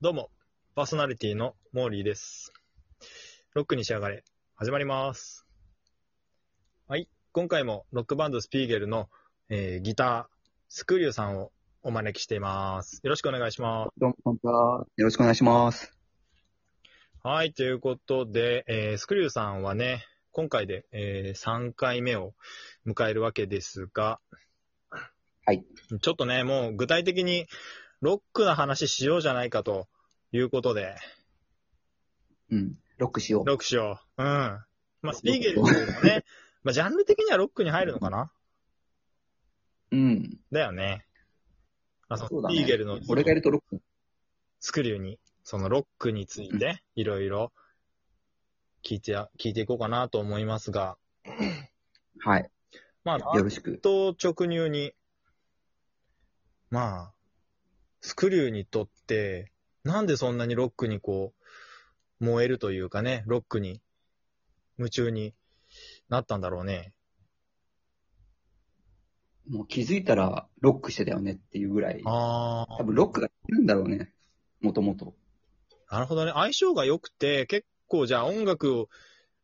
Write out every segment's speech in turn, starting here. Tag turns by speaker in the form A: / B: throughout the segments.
A: どうも、パーソナリティのモーリーです。ロックに仕上がれ、始まります。はい、今回もロックバンドスピーゲルの、えーギター、スクリューさんをお招きしています。よろしくお願いします。
B: どうも、こんにちは。よろしくお願いします。
A: はい、ということで、えースクリューさんはね、今回で、えー3回目を迎えるわけですが、
B: はい。
A: ちょっとね、もう具体的にロックな話しようじゃないかということで、
B: うん。ロックしよう。
A: ロックしよう。うん。まあ、スピーゲルもね、まあ、ジャンル的にはロックに入るのかな
B: うん。
A: だよね。あそ
B: そう
A: う
B: だ
A: ス
B: ね
A: ピーゲルの
B: 俺がいるとロック。
A: スクリューに、そのロックについて、いろいろ聞いてや、聞いていこうかなと思いますが、
B: はい。
A: まあ、
B: よろしく。
A: と直入に、まあ、スクリューにとって、なんでそんなにロックにこう、燃えるというかね、ロックに、夢中になったんだろうね。
B: もう気づいたらロックしてたよねっていうぐらい。
A: ああ
B: 多。分ロックがいるんだろうね。もともと。
A: なるほどね。相性が良くて、結構じゃあ音楽を、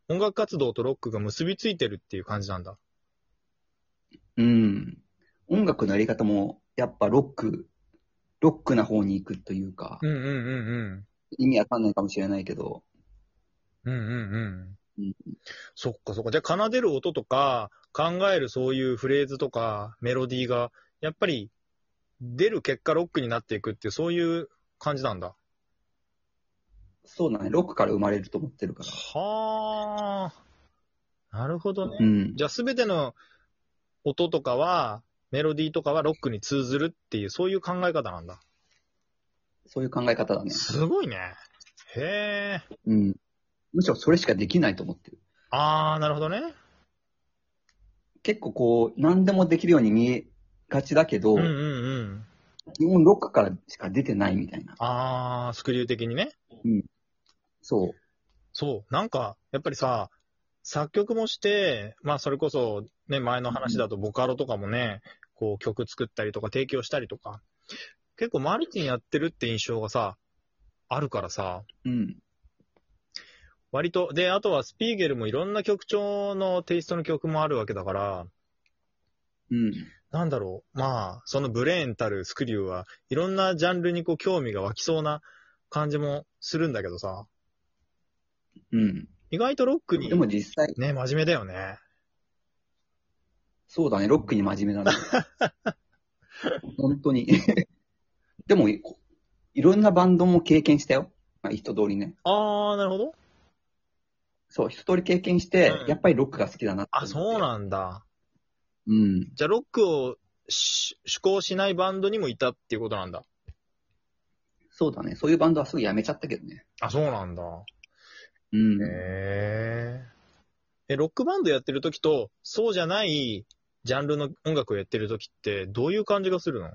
A: 音楽活動とロックが結びついてるっていう感じなんだ。
B: うん。音楽のやり方も、やっぱロック、ロックな方に行くというか
A: う、んうんうん
B: 意味わかんないかもしれないけど、
A: うん。うんうんうん。
B: うん
A: そっかそっか。じゃあ奏でる音とか、考えるそういうフレーズとか、メロディーが、やっぱり出る結果ロックになっていくっていう、そういう感じなんだ。
B: そうだね。ロックから生まれると思ってるから。
A: はあ。なるほどね。
B: うん。
A: じゃあすべての音とかは、メロディーとかはロックに通ずるっていう、そういう考え方なんだ。
B: そういう考え方だね。
A: すごいね。へえ。
B: うん。むしろそれしかできないと思ってる。
A: あー、なるほどね。
B: 結構こう、何でもできるように見えがちだけど、
A: うんうんうん。
B: 基本ロックからしか出てないみたいな。
A: あー、スクリュー的にね。
B: そう。
A: そう。なんか、やっぱりさ、作曲もして、まあそれこそ、ね、前の話だとボカロとかもね、こう曲作ったりとか提供したりとか、結構マルチにやってるって印象がさ、あるからさ、
B: うん。
A: 割と、で、あとはスピーゲルもいろんな曲調のテイストの曲もあるわけだから、
B: うん。
A: なんだろう。まあ、そのブレーンたるスクリューはいろんなジャンルにこう興味が湧きそうな感じもするんだけどさ、
B: うん。
A: 意外とロックに
B: でも実際、
A: ね、真面目だよね。
B: そうだね、ロックに真面目 だね。本当に。 でも、いいろんなバンドも経験したよ。まあ、一通りね。
A: あー、なるほど。
B: そう、一通り経験して、
A: うん
B: やっぱりロックが好きだなって
A: あ、そう
B: の
A: なんだ。
B: うん。
A: じゃあ、ロックをし趣向しないバンドにもいたっていうことなんだ。
B: そうだね。そういうバンドはすぐやめちゃったけどね。
A: あ、そうなんだ。
B: うん。
A: へえ。え、ロックバンドやってる時と、そうじゃないジャンルの音楽をやってる時って、どういう感じがするの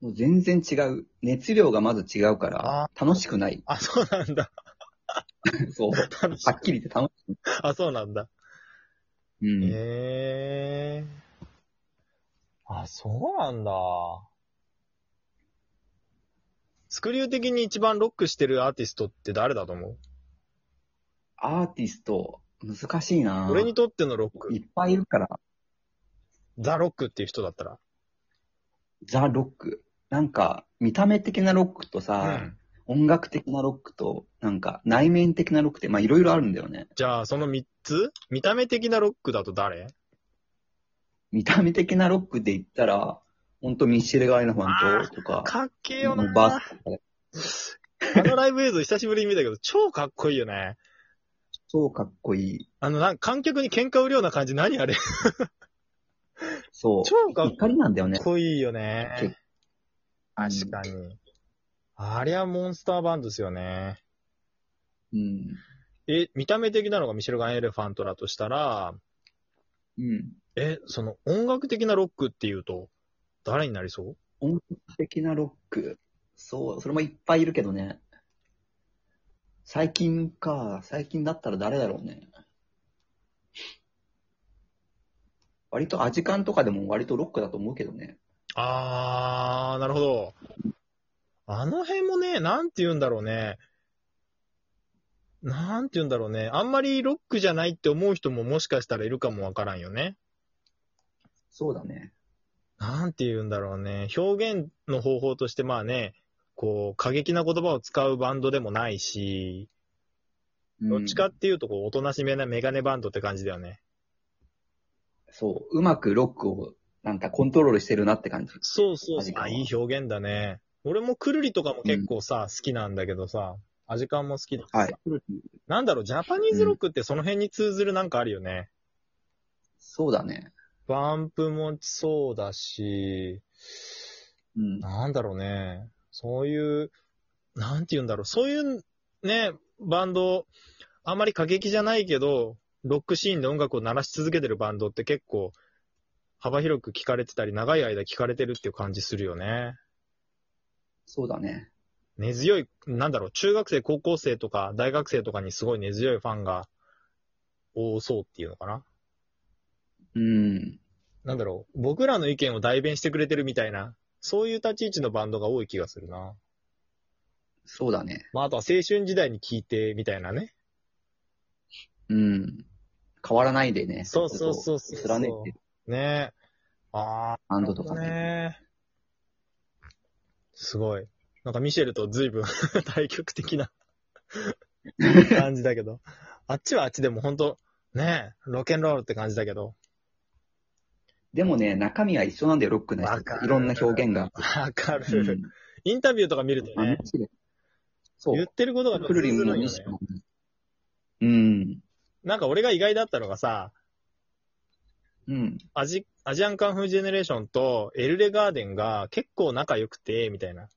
B: もう全然違う。熱量がまず違うから、楽しくない。
A: あ、そうなんだ。
B: そう。は
A: 楽しい
B: っきり言って楽し
A: あ、そうなんだ。
B: い。うん。
A: へえ。あ、そうなんだ。スクリュー的に一番ロックしてるアーティストって誰だと思う
B: アーティスト、難しいな
A: 俺にとってのロック
B: い。っぱいいるから、
A: ザ・ロックっていう人だったら。
B: ザ・ロック。なんか、見た目的なロックとさ、
A: うん
B: 音楽的なロックと、なんか、内面的なロックって、まあ、いろいろあるんだよね。
A: じゃあ、その3つ見た目的なロックだと誰
B: 見た目的なロックで言ったら、ほんとミッシェル・ガイナファンととか、
A: かっけえよな
B: もうバスとか、
A: あのライブ映像久しぶりに見たけど、超かっこいいよね。
B: 超かっこいい。
A: あの、なんか観客に喧嘩売るような感じ、何あれか
B: そう。
A: 超かっこいい
B: 怒りなんだよね
A: っ。こいいよね。確か
B: か
A: に。ありゃモンスターバンドですよね。
B: に。
A: え、見た目的なのがミシェルガン・エレファントだとしたら、
B: うん。うん。
A: え、その音楽的なロックっていうと、誰になりそう
B: 音楽的なロック。そう、それもいっぱいいるけどね。最近か。最近だったら誰だろうね。割とアジカンとかでも割とロックだと思うけどね。
A: あー、なるほど。あの辺もね、なんて言うんだろうね。なんて言うんだろうね。あんまりロックじゃないって思う人ももしかしたらいるかもわからんよね。
B: そうだね。
A: なんて言うんだろうね。表現の方法として、まあね、こう、過激な言葉を使うバンドでもないし、
B: うん
A: どっちかっていうと、こう、おとなしめなメガネバンドって感じだよね。
B: そう。うまくロックをなんかコントロールしてるなって感じ。
A: そうそう
B: 味
A: そう。
B: 感は
A: あ、いい表現だね。俺もくるりとかも結構さ、好きなんだけどさ、アジカンも好きだしさ、
B: はい。
A: なんだろう、ジャパニーズロックってその辺に通ずるなんかあるよね。
B: そうだね。
A: バンプもそうだし、
B: うん。
A: なんだろうね。そういう、なんて言うんだろう。そういう、ね、バンド、あんまり過激じゃないけど、ロックシーンで音楽を鳴らし続けてるバンドって結構、幅広く聞かれてたり、長い間聞かれてるっていう感じするよね。
B: そうだね。
A: 根強い、なんだろう、中学生、高校生とか、大学生とかにすごい根強いファンが多そうっていうのかな。
B: うん。
A: なんだろう、僕らの意見を代弁してくれてるみたいな、そういう立ち位置のバンドが多い気がするな。
B: そうだね。
A: まあ、あとは青春時代に聴いて、みたいなね。
B: うん。変わらないでね。
A: そうそうそう
B: ち
A: そ
B: ょ
A: う
B: っと貫いてる
A: ねえ。あ
B: バン
A: あ、
B: ドとかね。
A: ねえ。すごい。なんかミシェルと随分 対極的 な感じだけど。あっちはあっちでも本当ねえ、ロケンロールって感じだけど。
B: でもね、中身は一緒なんだよ、ロックの人
A: わか
B: って。
A: る
B: いろんな表現が。
A: わか
B: う
A: る。
B: ん
A: インタビューとか見ると
B: あ
A: ね、
B: むしろそ
A: 言っ
B: う。
A: てることが
B: くるりん
A: 通ず
B: の
A: るよね
B: 意識もうん。
A: なんか俺が意外だったのがさ、
B: うん。
A: アジ、アジアンカンフージェネレーションとエルレガーデンが結構仲良くて、みたいな。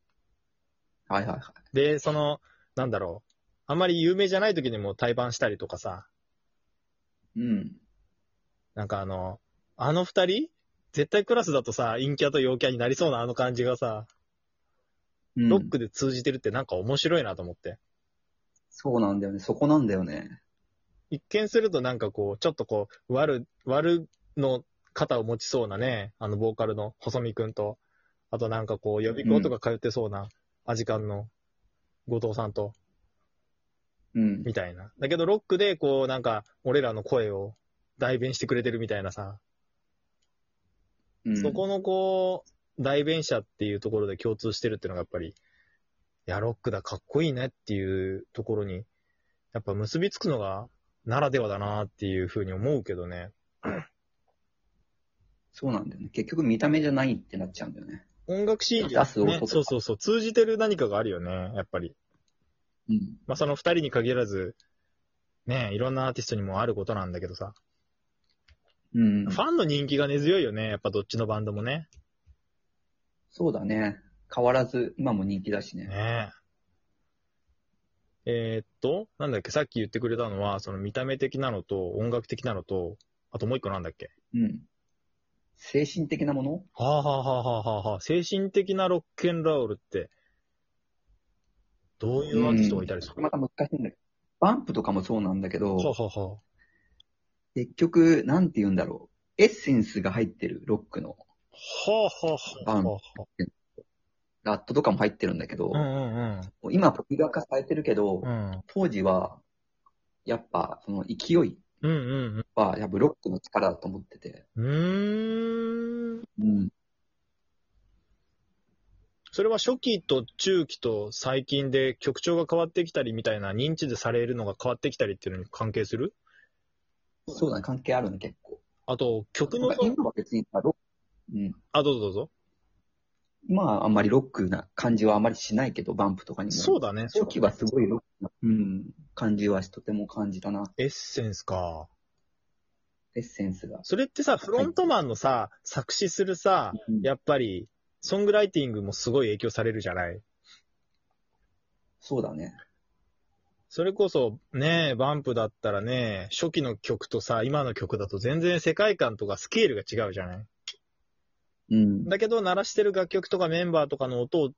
B: はいはいはい。
A: で、その、なんだろう。あんまり有名じゃない時にも対バンしたりとかさ、
B: うん。
A: なんかあの、あの二人絶対クラスだとさ、陰キャと陽キャになりそうなあの感じがさ、
B: うん
A: ロックで通じてるってなんか面白いなと思って。
B: そうなんだよね。そこなんだよね。
A: 一見するとなんかこう、ちょっとこう、悪、悪の肩を持ちそうなね、あの、ボーカルの細見くんと、あとなんかこう、予備校とか通ってそうな、アジカンの後藤さんと、
B: うん。
A: みたいな。だけど、ロックで、こう、なんか、俺らの声を代弁してくれてるみたいなさ、
B: うん
A: そこの、こう、代弁者っていうところで共通してるっていうのが、やっぱり、いや、ロックだ、かっこいいねっていうところに、やっぱ結びつくのが、ならではだなっていうふうに思うけどね。
B: そうなんだよね。結局見た目じゃないってなっちゃうんだよね。
A: 音楽シーン
B: 出す
A: に、
B: 音
A: ね
B: と、か
A: そうそうそう、通じてる何かがあるよね、やっぱり。
B: うん。
A: まあ、その二人に限らず、ね、いろんなアーティストにもあることなんだけどさ、
B: うん。
A: ファンの人気が根強いよね、やっぱどっちのバンドもね。
B: そうだね。変わらず、今も人気だしね。
A: ねえ。えーっと、なんだっけ、さっき言ってくれたのは、その見た目的なのと、音楽的なのと、あともう一個なんだっけ。
B: うん。精神的なもの
A: はあ、はあはあはあはあはあ、精神的なロックンロールって、どういうアーティストがいたりする
B: また難しいんだけど。バンプとかもそうなんだけ
A: は
B: ど、
A: あはあは
B: 結局、なんて言うんだろう。エッセンスが入ってる、ロックの。
A: あ。はあはあはあは
B: ラットとかも入ってるんだけど、
A: あ。うん
B: 今ポピュラー化されてるけど、
A: うんうん。
B: 当時は、やっぱ、その勢い
A: うん。うんうん
B: は、やっぱロックの力だと思ってて。
A: うん。うーん。
B: うん。
A: それは初期と中期と最近で曲調が変わってきたりみたいな認知でされるのが変わってきたりっていうのに関係する
B: そうだね、関係あるね、結構。
A: あと、曲
B: なん
A: の
B: か、今は別にさロック、うん。
A: あ、どうぞどうぞ。
B: 今はあんまりロックな感じはあまりしないけど、バンプとかにも。
A: そうだね。
B: 初期はすごいロックな、うん、感じはとても感じたな。
A: エッセンスか。
B: エッセンスが。
A: それってさ、フロントマンのさ、作詞するさ、
B: うん
A: やっぱり、ソングライティングもすごい影響されるじゃない
B: そうだね。
A: それこそ、ね、バンプだったらね、初期の曲とさ、今の曲だと全然世界観とかスケールが違うじゃない
B: うん。
A: だけど、鳴らしてる楽曲とかメンバーとかの音を、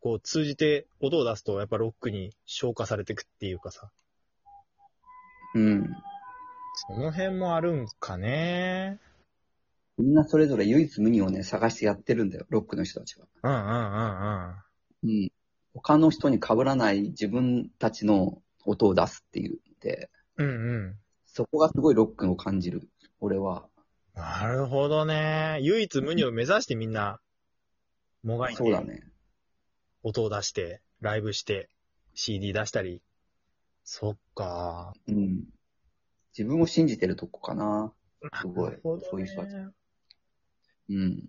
A: こう、通じて音を出すと、やっぱロックに昇華されてくっていうかさ、
B: うん。
A: その辺もあるんかね。
B: みんなそれぞれ唯一無二をね、探してやってるんだよ、ロックの人たちは。
A: うんうんうんうん。
B: うん。他の人に被らない自分たちの音を出すっていうので、
A: うんうん。
B: そこがすごいロックを感じる。俺は。
A: なるほどね。唯一無二を目指してみんな、もがい
B: そうだ
A: て、
B: ね。
A: 音を出して、ライブして、CD 出したり。そっか。
B: うん。自分を信じてるとこかな。すご
A: ないるほどね
B: そういう人たちうん。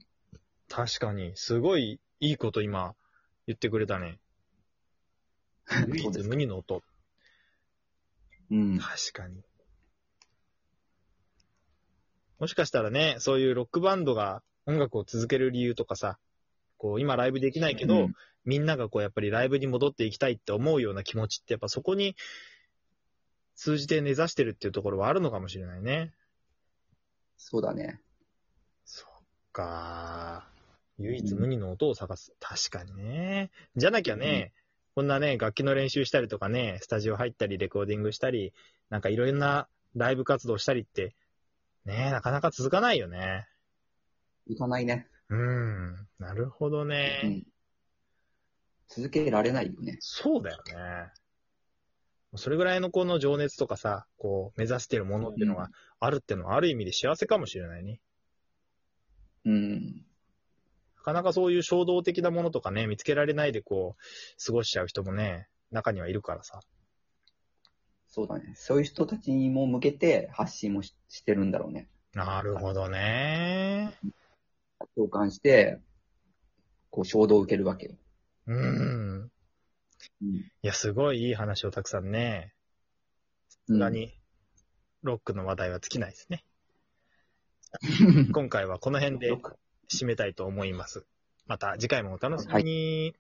A: 確かに、すごいいいこと今言ってくれたね。唯
B: そ
A: 一
B: うです
A: 無二の音。
B: うん。
A: 確かに。もしかしたらね、そういうロックバンドが音楽を続ける理由とかさ、こう今ライブできないけど、
B: うん
A: みんながこうやっぱりライブに戻っていきたいって思うような気持ちってやっぱそこに通じて根ざしてるっていうところはあるのかもしれないね。
B: そうだね。
A: そっか。唯一無二の音を探す。確かにね。じゃなきゃね、こんなね、楽器の練習したりとかね、スタジオ入ったり、レコーディングしたり、なんかいろんなライブ活動したりって、ね、なかなか続かないよね。
B: いかないね。
A: うん。なるほどね。
B: うん。続けられないよね。
A: そうだよね。それぐらいのこの情熱とかさ、こう、目指してるものっていうの
B: う
A: があるっていうのはある意味で幸せかもしれないね。
B: うん。
A: なかなかそういう衝動的なものとかね、見つけられないでこう、過ごしちゃう人もね、中にはいるからさ。
B: そうだね。そういう人たちにも向けて発信もししてるんだろうね。
A: なるほどね。
B: 共感して、こう、衝動を受けるわけよ。
A: うん。
B: うん。
A: いや、すごいいい話をたくさんね、さすが に、ロックの話題は尽きないですね。今回はこの辺で締めたいと思います。また次回もお楽しみに。